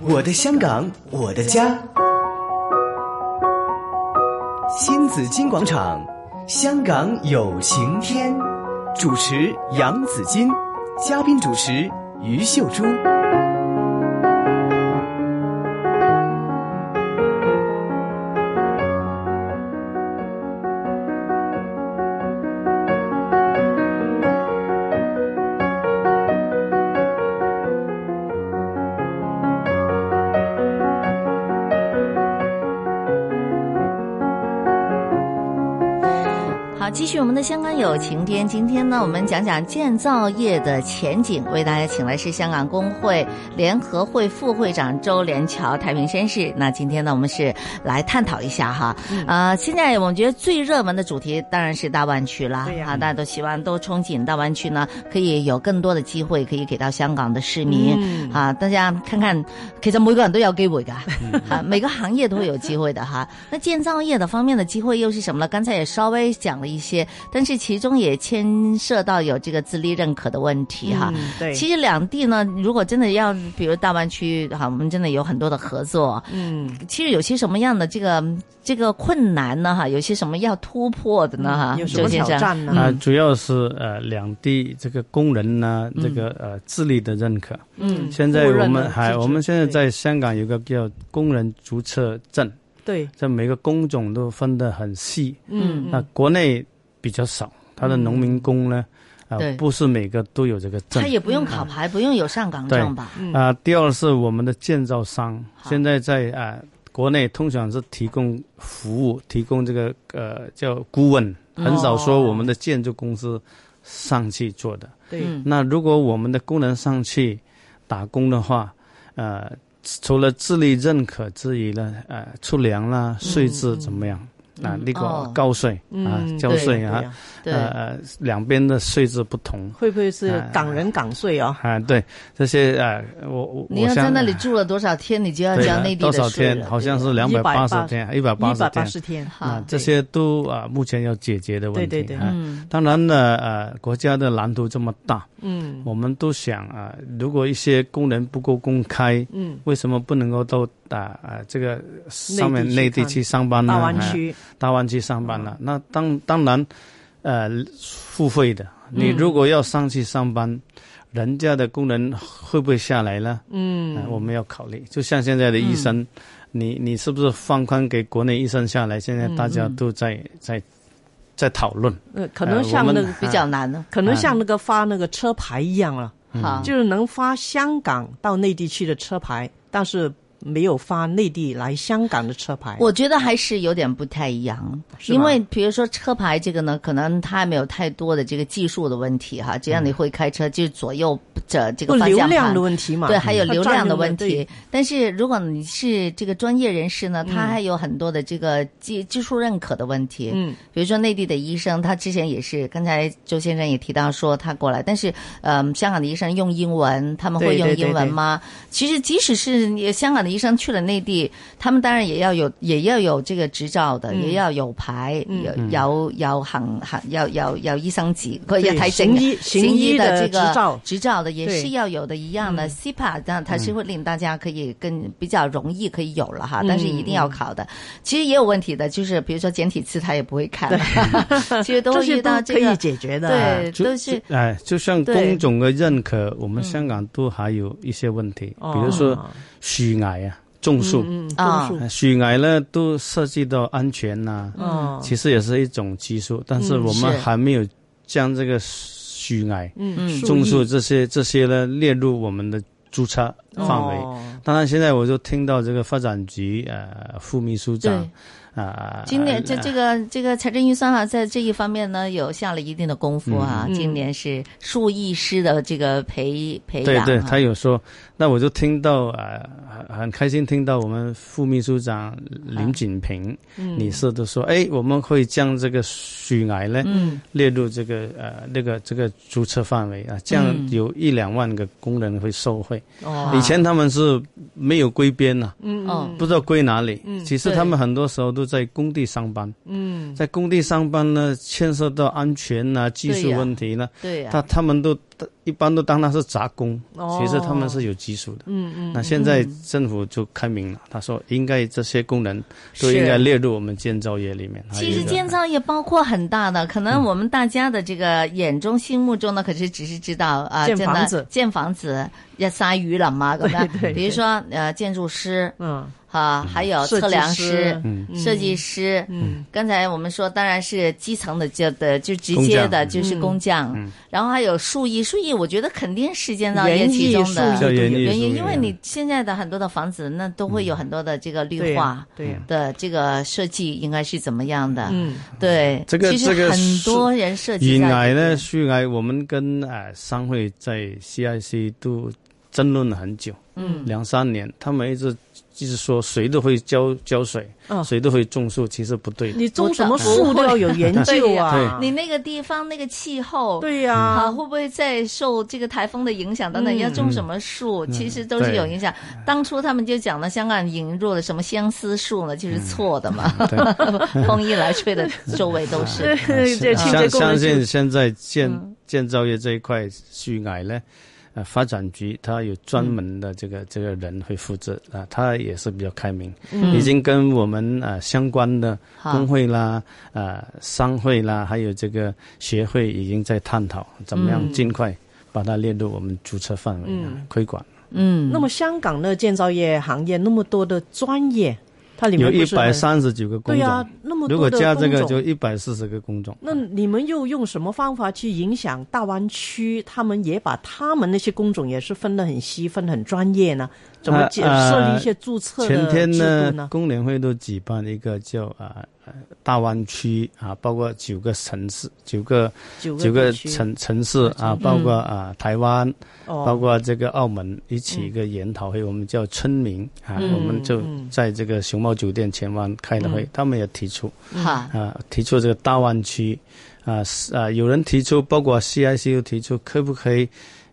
我的香港，我的家。新紫金广场，香港有晴天。主持杨紫金，嘉宾主持于秀珠。好，继续我们的香港有晴天。今天呢，我们讲讲建造业的前景，为大家请来是香港工会联合会副会长周连桥太平绅士。那今天呢，我们是来探讨一下哈，嗯呃，现在我们觉得最热门的主题当然是大湾区啦，对呀啊，大家都希望都憧憬大湾区呢，可以有更多的机会可以给到香港的市民、嗯啊，大家看看，其实每个人都有机会噶，嗯 啊，每个行业都会有机会的哈。那建造业的方面的机会又是什么呢？刚才也稍微讲了一些，但是其中也牵涉到有这个资历认可的问题哈。嗯对，其实两地呢，如果真的要，比如大湾区哈，我们真的有很多的合作。嗯，其实有些什么样的这个这个困难呢？哈，有些什么要突破的呢？哈，有什周么先挑生，战呢？嗯啊、主要是呃两地这个工人呢，这个呃智力的认可。嗯现在互认我们的还机制我们现在对在香港有个叫工人注册证，对，这每个工种都分得很细。嗯那国内比较少，他的农民工呢，啊、对不是每个都有这个证他。也不用考牌，不用有上岗证吧？嗯啊、第二是我们的建造商，好现在在啊、国内通常是提供服务，提供这个呃叫顾问，哦嗯很少说我们的建筑公司上去做的。对，嗯那如果我们的工人上去打工的话，呃，除了智力认可之余呢，呃，出粮啦、税制怎么样？啊，那哦个高税、啊，嗯交税啊对，呀对，呃呃，两边的税制不同会不会是啊港人港税哦？啊，对这些呃，我我你要我在想那里住了多少天，你就要对交呃内地多的少税天？了。好像是两百八十180天，一百八一十百八天十天，好啊，这些都啊、目前要解决的问题。对对对啊嗯当然呢，呃，国家的蓝图这么大，嗯我们都想啊、如果一些工人不够公开，嗯，为什么不能够到啊啊、这个上面内地去上班呢？大湾区嗯啊、大湾区上班了。那当当然，呃，付费的。你嗯如果要上去上班，人家的工人会不会下来呢？嗯、我们要考虑。就像现在的医嗯生，你你是不是放宽给国内医生下来？现在大家嗯都在、在在讨论。呃，可能呃像我那们个比较难呢。可能像那个发那个车牌一样了，好，就是能发香港到内地去的车牌，但是没有发内地来香港的车牌。我觉得还是有点不太一样，是吗因为比如说车牌这个呢，可能它还没有太多的这个技术的问题哈，只要你会开车，就是左右这这不个方流向量盘的。问题嘛，对，还有它流占量的用问对题。但是如果你是这个专业人士呢，他还有很多的这个技技术认可的问题。嗯，比如说内地的医生，他之前也是，刚才周先生也提到说他过来，但是，嗯、香港的医生用英文，他们会对用对对英文吗？其实，即使是也香港的医生去了内地，他们当然也要有，也要有这个执照的，嗯也要有牌，有有有行行，有有有医生籍，佢有睇行证医行医的的这个执照执照的也对嗯是要有的，一样的 CPA，那它是会令大家可以更比较容易可以有了啊哈，但嗯是一定要考的。其实也有问题的，就是比如说简体字他也不会看， 其实都这会些遇都到可这以个。解决的。啊对，就都是就哎，就像对工种的认可，我嗯们香港都还有一些问题，哦，比如说许癌啊、种树，嗯，啊种树，许癌呢都涉及到安全呐、啊哦，其实也是一种技术，但是我们嗯是还没有将这个许癌、嗯，哎种树树艺这些这些呢列入我们的注册范围。哦当然，现在我就听到这个发展局呃副秘书长对。啊，今年这这个这个财政预算哈，啊在这一方面呢，有下了一定的功夫啊。嗯今年是数亿师的这个培培对养啊，对，他有说，那我就听到呃，很很开心听到我们副秘书长林锦平嗯女士都说，哎，我们会将这个许癌呢、嗯列入这个呃那个这个注册范围啊，这样嗯有一两万个工人会受惠。哦，啊以前他们是没有归边呐、嗯嗯不知道归哪里。嗯其实对他们很多时候都在工地上班，嗯，在工地上班呢，牵涉到安全呐、技对术呀问题呢，对啊他他们都一般都当他是杂工，哦其实他们是有基础的。嗯嗯，那现在政府就开明了，他说应该这些工人都是应该列入我们建造业里面。啊嗯其还有实一个建造业包括很大的，可嗯能我们大家的这个眼中、心目中呢，可是只是知道啊，建真的房子建房子要撒鱼了 嘛，对吧？对对比如说呃，建筑师嗯，啊，还有设计测量师师、嗯设计师。嗯，刚才我们说，当然是基层的，就的就直接的，就是嗯工匠。然后还有树艺，树艺我觉得肯定是建造业园其艺、中的叫术园艺原术因，业因为你现在的很多的房子，那都会有很多的这个绿对化。呀对呀，的这个设计应该是怎么样的？嗯，对，这个其实这个很是多人设计引在来呢，虽然我们跟呃商会在 CIC 都争论了很久，嗯，两三年，他们一直一直说谁都会浇浇水，嗯谁都会种树，其实不 对的。你种什么不树都要有研究 对啊，你那个地方那个气候， 对呀、嗯 啊，会不会再受这个台风的影响等等？嗯要种什么树，嗯其实都是有影响。当初他们就讲了，香港引入了什么相思树呢，嗯就是错的嘛， 对，风一来吹的周围都是。这清洁嗯啊相工人就相信现在建嗯建造业这一块虚矮呢，呃，发展局它有专门嗯的这个、这个人会负责啊，他也是比较开明，嗯已经跟我们呃相关的好工会啦、呃商会啦，还有这个协会已经在探讨怎么嗯样尽快把它列入我们注册范围、啊推广。嗯，那么香港的建造业行业那么多的专业，它里面有不一是百很三十九个工对种，呀、那么如果多的加这个工种就一百四十个工种。那你们又用什么方法去影响大湾区？他们也把他们那些工种也是分得很细，分得很专业呢？怎么解呃设立一些注册前的天制度呢呢，？工联会都举办一个叫啊、呃、大湾区啊，包括九个城市、九个九九个个地区嗯城城市啊，包括啊、台湾，包哦，括这个澳门一起一个研讨会，我们叫村民啊，嗯我们就嗯在这个熊猫酒店前湾开了会，他们也提出好，啊、提出这个大湾区啊是啊，有人提出，包括 CICU 提出，可不可以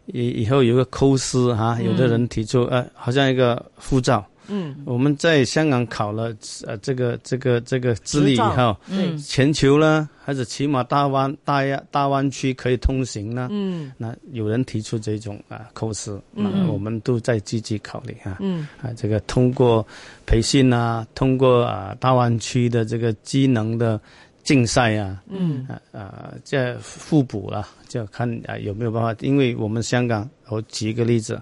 以以后有个抠师哈，有的人提出呃，好像一个护照。嗯，我们在香港考了呃这个这个这个资历以执照后，嗯全球呢还是起码大湾大亚大湾区可以通行呢。嗯那有人提出这种啊构思，那嗯我们都在积极考虑啊嗯啊，这个通过培训啊，通过啊大湾区的这个机能的竞赛啊，嗯啊啊这互补了、就看啊有没有办法，因为我们香港，我举一个例子，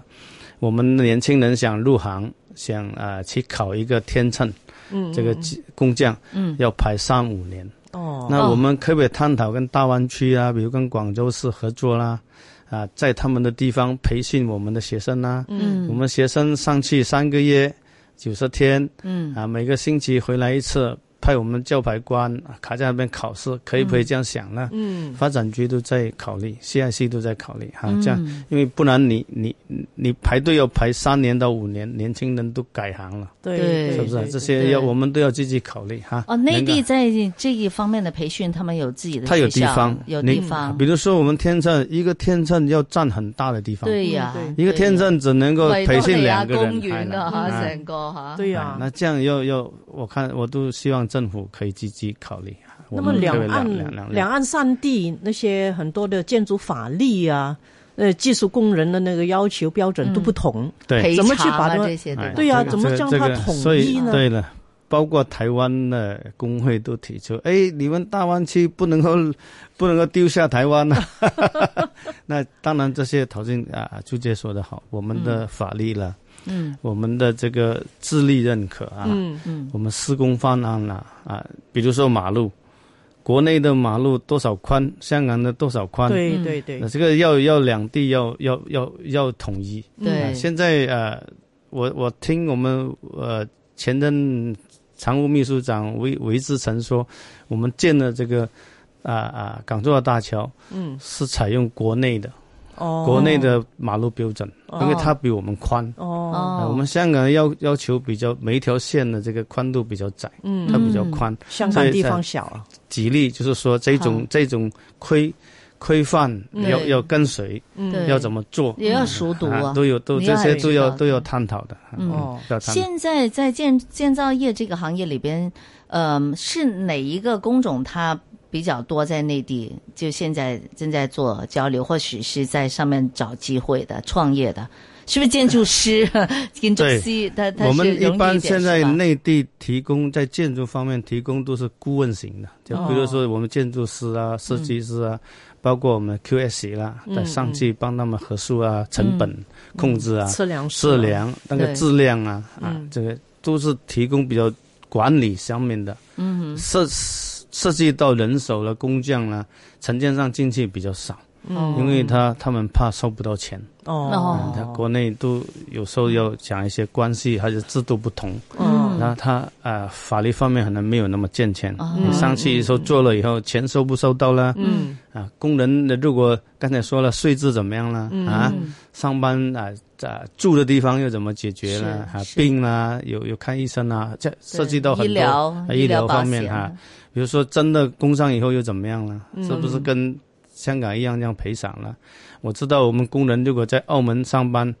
我们年轻人想入行，想啊去考一个天秤，嗯，这个机工匠嗯，要排三五年。哦，那我们可不可以探讨跟大湾区啊，比如跟广州市合作啦，啊，在他们的地方培训我们的学生啦、嗯我们学生上去三个月，九十天嗯啊，每个星期回来一次，派我们教牌官啊卡在那边考试，可以不可以这样想呢？嗯发展局都在考虑，CIC 都在考虑哈、这样，嗯因为不然你你你你排队要排三年到五年，年轻人都改行了，对对是不是？对这对些要我们都要积极考虑哈。哦，内能够地在这一方面的培训，他们有自己的学校，它有地方有你地嗯方比，如说我们天秤，一个天秤要占很大的地方，对呀，嗯一个天秤只能够培训两个维多利亚人啊公园啊，哎哈，哎整个哈，对呀、哎那这样要要，我看我都希望政府可以积极考虑。那我么们两这个岸两两两岸三地那些很多的建筑法律啊，呃，技术工人的那个要求标准嗯都不同。对哎赔怎么去偿啊把它这些对吧？对呀这个怎么这个将这它个统所以一呢对了。包括台湾的工会都提出，哎，你们大湾区不能够不能够丢下台湾 啊。那当然，这些陶静啊，朱姐说的好，我们的法律了，嗯我们的这个智力认可啊，嗯嗯我们施工方案啦、啊，比如说马路，国内的马路多少宽，香港的多少宽，对嗯对对那，这个要要两地要要要要统一。啊对，现在呃，我我听我们呃前任常务秘书长韦韦志成说，我们建的这个啊啊、港珠澳大桥嗯是采用国内的、哦，国内的马路标准，哦因为它比我们宽。哦啊哦，我们香港要要求比较每一条线的这个宽度比较窄，嗯它比较宽。香港地方小啊，举例就是说这种好这种规规范嗯要对要跟随，对嗯要怎么做，也要熟读啊都有都你这要些都要知道都要探讨的，嗯啊要探讨。现在在建建造业这个行业里边，嗯、是哪一个工种它？比较多在内地，就现在正在做交流，或许是在上面找机会的、创业的，是不是建筑师、 建筑师？他他我们是一容易般点现在是吧内地提供在建筑方面提供都是顾问型的，就哦比如说我们建筑师嗯啊、设计师啊，包括我们 QS 啦，在嗯上去帮他们核数啊、成本控制啊、测量师测量那个对质量啊啊，这个都是提供比较管理上面的，嗯，涉涉及到人手了、工匠了，承建商进去比较少，哦因为他他们怕收不到钱。哦哦，他国内都有时候要讲一些关系还是制度不同，嗯然后他呃法律方面可能没有那么健全。哦你上去时候做了以后，钱收不收到啦？嗯啊，工人的如果刚才说了税制怎么样啦？啊，嗯上班啊啊住的地方又怎么解决了？是啊，是病啦，有有看医生啊，这涉及到很医多疗啊、医疗保方面险啊，比如说真的工伤以后又怎么样了？嗯是不是跟香港一样这样赔偿了？我知道我们工人如果在澳门上班，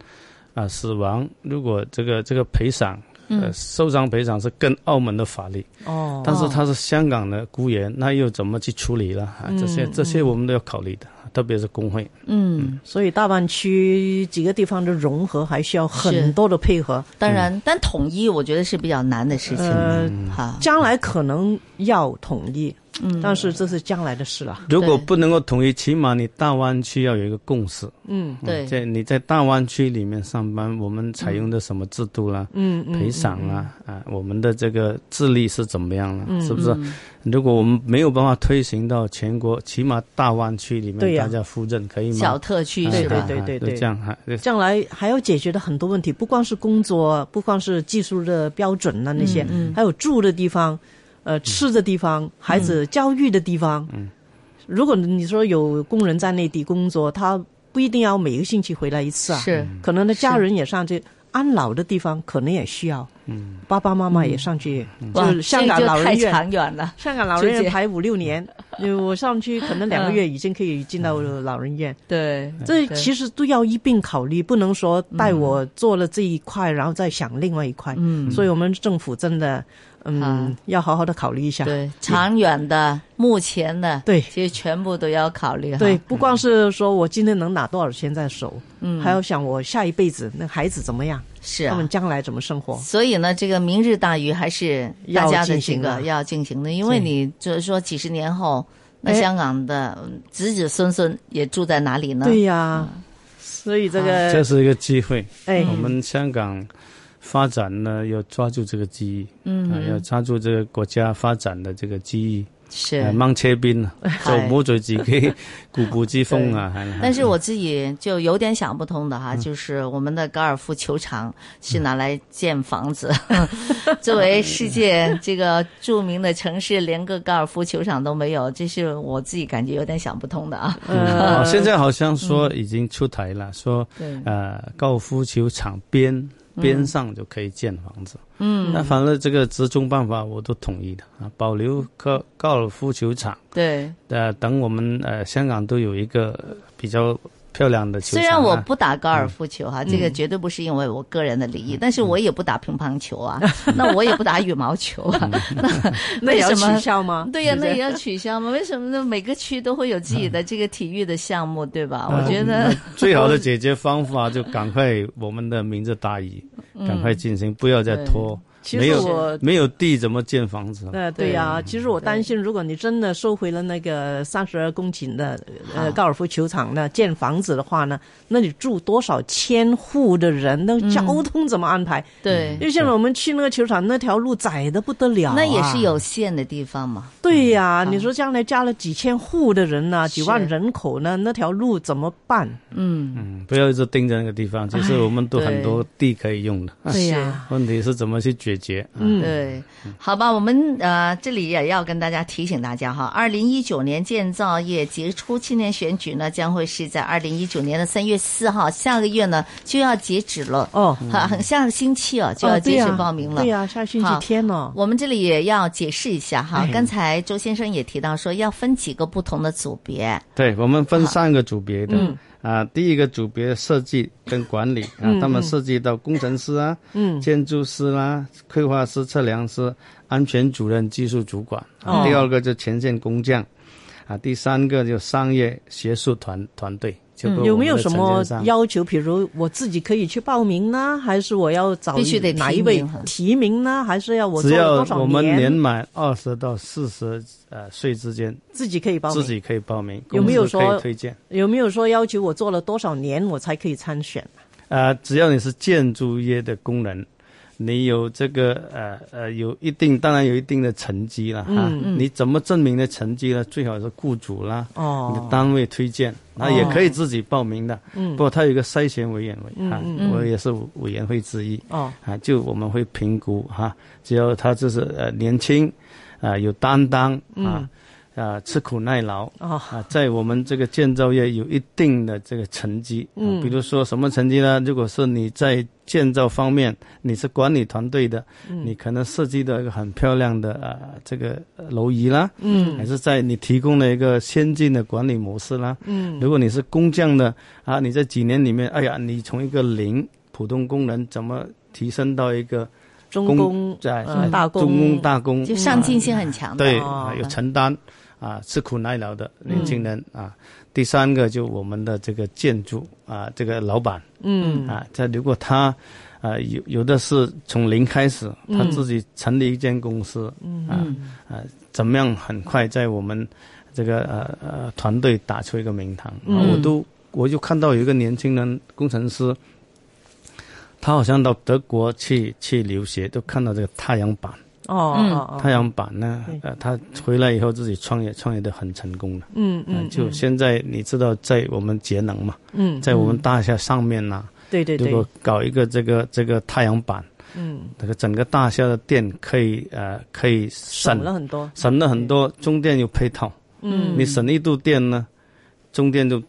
啊、死亡，如果这个这个赔偿，嗯呃，受伤赔偿是跟澳门的法律，哦，但是他是香港的雇员，那又怎么去处理了？啊，这些这些我们都要考虑的，特别是工会。嗯，所以大湾区几个地方的融合还需要很多的配合，当然，但统一我觉得是比较难的嗯事呃情。好，将来可能要统一，嗯，但是这是将来的事了。如果对不能够统一，起码你大湾区要有一个共识。嗯嗯对在你在大湾区里面上班，我们采用的什么制度啦？嗯嗯，赔偿啦，啊，我们的这个智力是怎么样了？是不是？嗯如果我们没有办法推行到全国，起码大湾区里对面呀大家扶正可以吗？小特区啊是对吧？对对对啊就这样哈。就将来还要解决的很多问题，不光是工作，不光是技术的标准呐、那嗯些，嗯嗯还有住的地方，呃，吃的地方，孩子教育的地方。嗯，如果你说有工人在内地工作，他不一定要每个星期回来一次啊，是可能他家人也上去安老的地方，可能也需要。嗯，爸爸妈妈也上去，哇嗯就是香港这个就老人太院。长远 了。香港老人直院接排五六 年，呃我上去可能两个月已经可以进到老人院。对，这嗯对其实都要一并考虑，不能说带我做了这一块，然后再想另外一块。嗯所以我们政府真的，嗯好，要好好的考虑一下。对长远的、目前的，对其实全部都要考虑哈。对，不光是说我今天能拿多少钱在手，嗯还要想我下一辈子那孩子怎么样，是他啊们。将来怎么生活。所以呢，这个明日大鱼还是大家的这要进行个的要进行的，因为你就是说几十年后，那哎香港的嗯子子孙孙也住在哪里呢？嗯对呀，所以这这嗯个，是一个机会，哎我，们香港发展呢，要抓住这个机遇，嗯、啊，要抓住这个国家发展的这个机遇，是。嗯啊掹车边啊，就係摸住自己固步自封啊。係但是我自己就有点想不通的哈，嗯就是我们的高尔夫球场是拿来建房 子， 作为世界这个著名的城市，连个高尔夫球场都没有，这是我自己感觉有点想不通的啊。嗯哦现在好像说嗯已经出台了，说对，呃，高尔夫球场边边上就可以建房子。嗯，那反正这个折中办法我都同意的啊，保留高高尔夫球场，对。呃，等我们呃香港都有一个呃比较漂亮的球场、啊。啊嗯虽然我不打高尔夫球哈，啊这个绝对不是因为我个人的利益，但是我也不打乒乓球啊，嗯那我也不打羽毛球啊，那那为也要什么取？消嗯吗？对呀、是不那是也要取消吗？为什么呢？每个区都会有自己的这个体育的项目，对吧？呃我觉得那最好的解决方法就赶快我们的明日大雨，嗯赶快进行，不要再拖。其没实有我没有地怎么建房子啊？呃，对呀、其实我担心，如果你真的收回了那个三十二公顷的好呃高尔夫球场呢，建房子的话呢，那你住多少千户的人？那交通怎么安排？对因，为现在我们去那个球场，那条路窄的不得了、啊那也是。有限的地方嘛。对呀、嗯你说将来加了几千户的人呢、几万是人口呢，那条路怎么办？嗯，嗯，不要一直盯着那个地方，其哎实我们都很多地可以用的。对呀、 问题是怎么去解决？嗯嗯，对，好吧，我们呃这里也要跟大家提醒大家哈，二零一九年建造业杰出青年选举呢，将会是在二零一九年的三月四号，下个月呢就要截止了，哦，很很下个星期哦就要哦对截止呀报名了。对呀、下星期好天哦。我们这里也要解释一下嗯哈，刚才周先生也提到说要分几个不同的组别，对，我们分三个组别的。嗯啊，第一个组别设计跟管理啊，他们涉及到工程师啊、嗯建筑师啦、规划师、测量师、安全主任、技术主管。哦啊第二个就前线工匠，啊，第三个就商业学术团团队，就跟嗯有我们没有的什承么建商要求？比如我自己可以去报名呢，还是我要找必须得哪提一位名哈提名呢？还是要我只做了要多少我们年年满二十到四十呃岁之间，自己可以报自名？己可以报名，有没有公司可以说推荐？有没有说要求我做了多少年我才可以参选？呃，只要你是建筑业的工人，你有这个呃呃有一定，当然有一定的成绩了哈。你怎么证明的成绩呢？最好是雇主啦，哦你的单位推荐，那也可以自己报名的。嗯嗯不过它有一个筛选委员会啊，我也是委员会之一哦，啊，就我们会评估哈，只要他就是呃年轻，啊有担当啊。啊，吃苦耐劳哦啊，在我们这个建造业有一定的这个成绩，嗯，比如说什么成绩呢？如果是你在建造方面你是管理团队的，你可能设计的一个很漂亮的呃这个呃楼仪啦，嗯，还是在你提供了一个先进的管理模式啦，嗯，如果你是工匠的啊，你在几年里面，哎呀，你从一个零普通工人怎么提升到一个中工在呃大工中工大工，就上进性很强的，对，哦啊有承担啊，吃苦耐劳的年轻人、啊。第三个就我们的这个建筑啊，这个老板，嗯啊，这如果他啊有有的是从零开始，他自己成立一间公司，嗯啊啊，怎么样很快在我们这个呃呃团队打出一个名堂，啊我都我就看到有一个年轻人工程师。他好像到德国去去留学，都看到这个太阳板，哦嗯哦太哦，阳板呢，呃，他回来以后自己创业，创业的很成功的。嗯呃嗯，就现在你知道，在我们节能嘛，嗯，在我们大厦上面呢、对对如对，果搞一个这个这个太阳板，嗯，这个整个大厦的电可以呃可以省省了很多，省了很多，中电有配套，嗯，你省一度电呢，中电就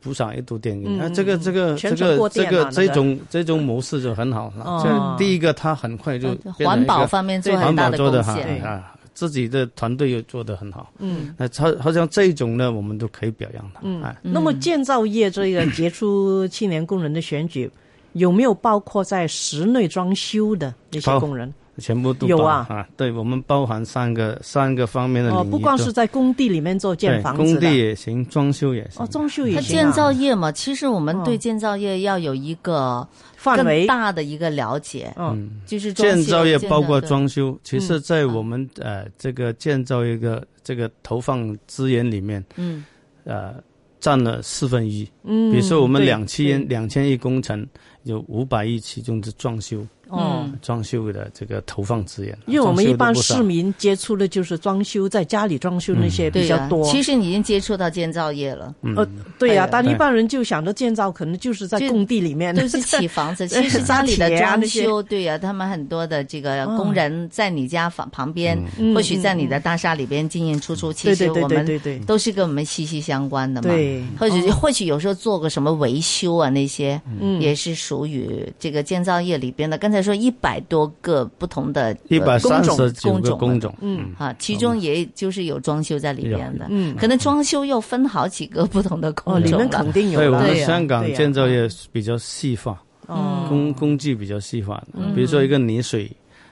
补赏一度电给你。嗯啊，这个这个全这程过个这电个嘛这那个种这种模式就很好了。哦这第一个，它很快就呃变成环一个保方面做很环大保的做的贡哈献。啊，自己的团队又做得很好。嗯，那好好像这种呢，我们都可以表扬他。嗯，哎那么建造业这个杰出青年工人的选举，有没有包括在室内装修的那些包工人？全部都有包啊对我们包含三个三个方面的领域哦，都，不光是在工地里面做建对房子工的，地也行，装修也行哦，。装修也它行啊建造业嘛，其实我们对建造业要有一个嗯范更围，大的一个了解，嗯，就是装修建造业包括建造装修，其实，在啊我们呃这个建造一个这个投放资源里面，嗯呃，占了四分一。嗯，比如说我们对两对千两千亿工程，有五百亿其中是装修。嗯哦。装修的这个投放资源，因为我们一般装修市的不少民接触的就是装修，在家里装修那些嗯对比呀较多。其实你已经接触到建造业了，嗯呃，对呀、对啊但对一般人就想着建造，可能就是在就工地里面， 都是起房子。其实家里的啊装修，对呀、他们很多的这个嗯工人在你家房旁边，嗯或许在你的大厦里边进进出出，其对嗯对实对我对们对对，都是跟我们息息相关的嘛。对哦或者或许有时候做个什么维修啊，那些、嗯也是属于这个建造业里边的。刚才说一百多个不同的呃一百工三十种九个工工种，嗯啊，其中也就是有装修在里边哎的，嗯可能装修又分好几个不同的哦，工里种面了。肯定有所以嗯我了。们对呀啊香港对呀啊建造业比较细化，哦，工工具比较细化。嗯比如说一个泥水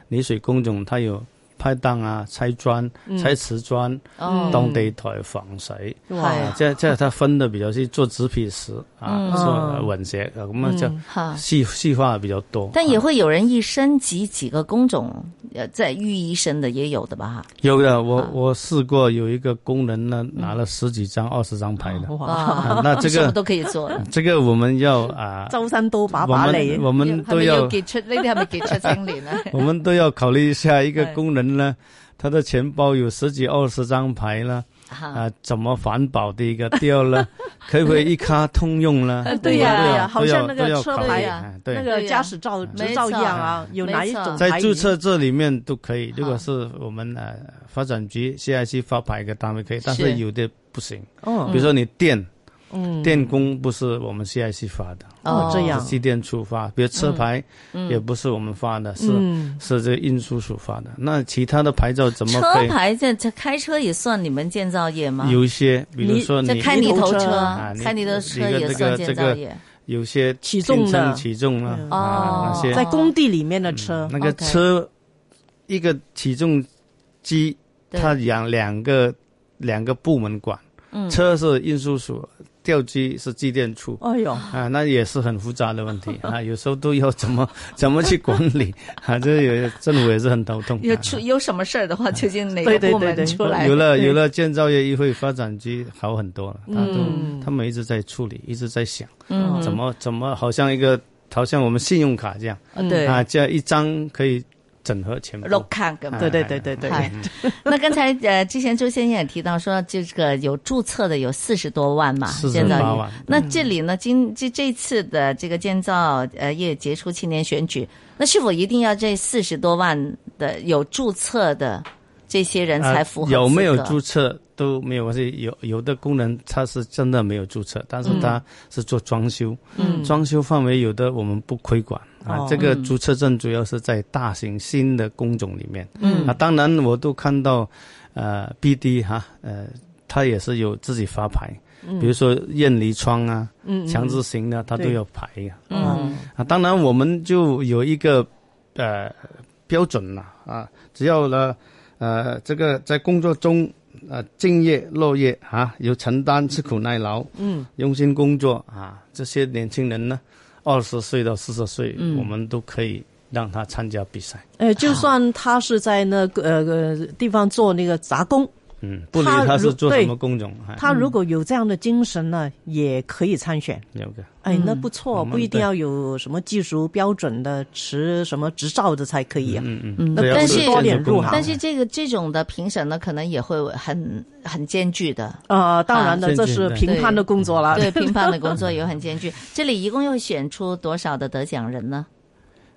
泥水工种，它有拍档啊、拆砖、嗯拆瓷砖、哦当地台防水。哎啊，这这它分的比较细，做纸皮石啊，做呃嗯混血，啊咁啊就哈，细细化比较多。但也啊会有人一身集几个工种，呃，在寓一身的也有的吧？有的，我啊我试过有一个工人呢，拿了十几张、二十张牌的，哈，嗯哇，啊啊，那这什么个都可以做了。这个我们要啊，周身都把我把们嚟，我们都要杰出，呢啲係咪傑出青年啊？我们都要考虑一下，一个对工人呢，他的钱包有十几二十张牌了， 哈啊，怎么环保的一个掉了，可不可以一卡通 用呢？呃对哎呀对呀好嗯都要像那个都要车考虑牌啊那对。个驾驶照没执照一错样啊，有哪一没错种在牌啊注语册这里面都可以，好如果是我们呃发展局 CIC 发牌给单位可以，但是是有的不行，哦比如说你电嗯电工不是我们 CIC 发的，哦这样啊是机电处发，比如车牌也不是我们发的，是嗯是这个运输署发的。那其他的牌照怎么车可以？牌这这开车也算你们建造业吗？有一些，比如你说这你开泥头泥头车啊你开泥头车也这个算这建个造业。有些起重的天秤起重了嗯啊，哦那在些嗯工地里面的车那个 OK 车一个起重机，对它养两个两个部门管，嗯车是运输署，吊机是机电处。哎呦，啊，那也是很复杂的问题啊，有时候都要怎么怎么去管理啊，这也政府也是很头痛。有啊出有什么事儿的话，究竟哪对个对部对门对出来？有了对有了建造业议会发展局好很多了，他都、嗯他们一直在处理，一直在想嗯，怎么怎么，好像一个好像我们信用卡这样嗯对啊，这样一张可以整合全部。六看根本。嗯对对对对对，嗨，那刚才呃，之前周先生也提到说，就这个有注册的有四十多万嘛， 48建造业万那这里呢，今这这次的这个建造呃业杰出青年选举，那是否一定要这四十多万的有注册的这些人才符合、呃有没有注？册都没有关系，有有的工人他是真的没有注册，但是他是做装修，嗯装修范围有的我们不亏管啊。哦这个注册证主要是在大型新的工种里面、嗯啊，当然我都看到，呃，BD 哈、呃，他也是有自己发牌，比如说燕梨窗啊、嗯，强制型的，他都对有牌呀、嗯啊，当然我们就有一个呃标准了啊，只要呢呃这个在工作中呃敬业乐业啊，有承担吃苦耐劳，嗯，用心工作啊，这些年轻人呢，二十岁到四十岁，嗯我们都可以让他参加比赛。呃，就算他是在那个呃呃地方做那个杂工，嗯，不理他他是如做对什么工种，哎他如果有这样的精神呢，也可以参选。有个哎，那嗯不错，我们不一定对要有什么技术标准的，持什么执照的才可以啊。嗯嗯嗯只要但是是建筑多点入工行人但是这个这种的评审呢，可能也会很很艰巨的。呃，当然啊了，这是评判的工作了。 对，乒乓的工作也很艰巨。这里一共又选出多少的得奖人呢？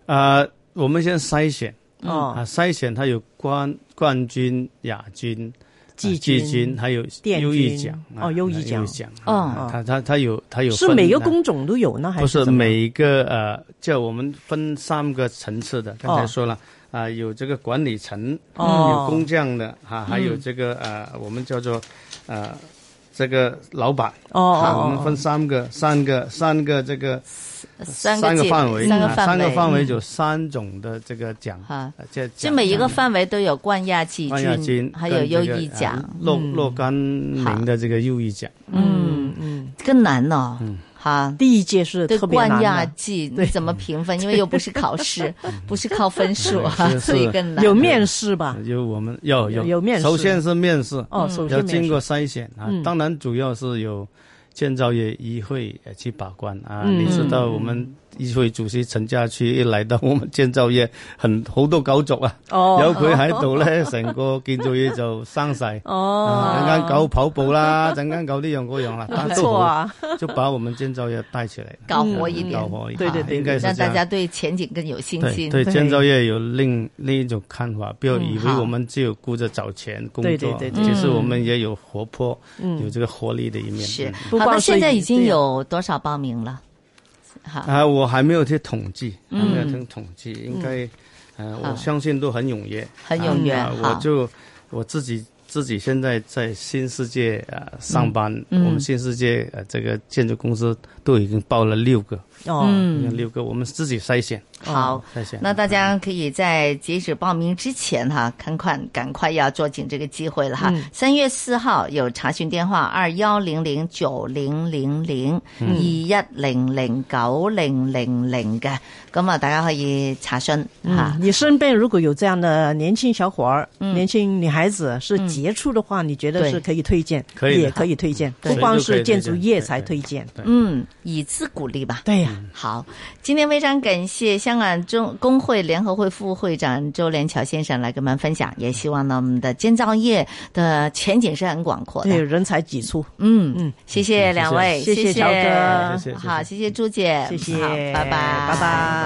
啊，我们先筛选哦啊，，筛选他有冠冠军、亚军。啊季啊季军军，还有殿优异军奖啊哦优异啊奖优异奖哦啊他他他有他有是分每个啊工种都有呢，还不是怎么样每一个呃，叫我们分三个层次的，刚才哦说了啊、有这个管理层，有哦工匠的啊，还有这个呃，我们叫做呃这个老板哦啊，我哦们哦分三个三个三个这个三呃个个界范围，三个啊范三个围嗯范围有三种的这个奖哈，呃这这奖每一个项范围都有冠亚季冠亚军军，还有哎跟这优个异呃奖，若嗯若干名的这个优异奖。嗯嗯，更难呢。嗯哈，第一届是对啊特别冠难亚的，季你怎么评分？因为又不是考 试，不是靠分数啊，是所以更难。有面试吧？有我们要有有面试首先是面试，哦，嗯首要先面经试过筛选啊。嗯当然，主要是有建造业议会呃去把关啊。嗯你知道，我们议会主席陈家区一来到我们建造业，很好多搞作啊。有哦佢喺 度咧，成個建造業就生晒。哦，啊陣間搞跑步 啦，陣間搞呢樣嗰樣啦，但不都错好， 啊，就把我們建造業帶起來，搞活一点嗯搞，活一对对點，对應該啊是让這大樣家对前景更有信对心。对，对建造业有另另一种看嗯法，不要以为好我们只有顾着找钱工对对作，对对其实嗯我们也有活泼，有这个活力的一面。是嗯。不好，光那是现在已经对啊有多少报名了？好，啊，我还没有去统计，还嗯没有去统计，应该，呃，好我相信都很踊跃，很踊跃啊好我就我自己自己现在在新世界呃上班，嗯我们新世界呃这个建筑公司都已经报了六个，哦，嗯已经，六个，我们自己筛选，好。筛选。那大家可以在截止报名之前哈、赶快赶快要抓紧这个机会了哈。嗯三、月四号有查询电话二幺零零九零零零嗯二一零零九零零零嘅，咁啊大家可以查詢吓。嗯，你身边如果有这样的年轻小伙儿、嗯年轻女孩子是杰出的话，你觉得对是可以推荐，嗯可以的也可以推荐，对不光谁是都可以建筑业才推荐。嗯，以资鼓励吧。对呀，好，今天非常感谢香港中工会联合会副会长周连桥先生来跟我们分享，也希望呢我们的建造业的前景是很广阔的对，。人才几出。嗯嗯，谢谢两位，谢谢谢乔哥谢谢谢谢好，谢谢朱姐，谢谢好，拜拜，拜拜。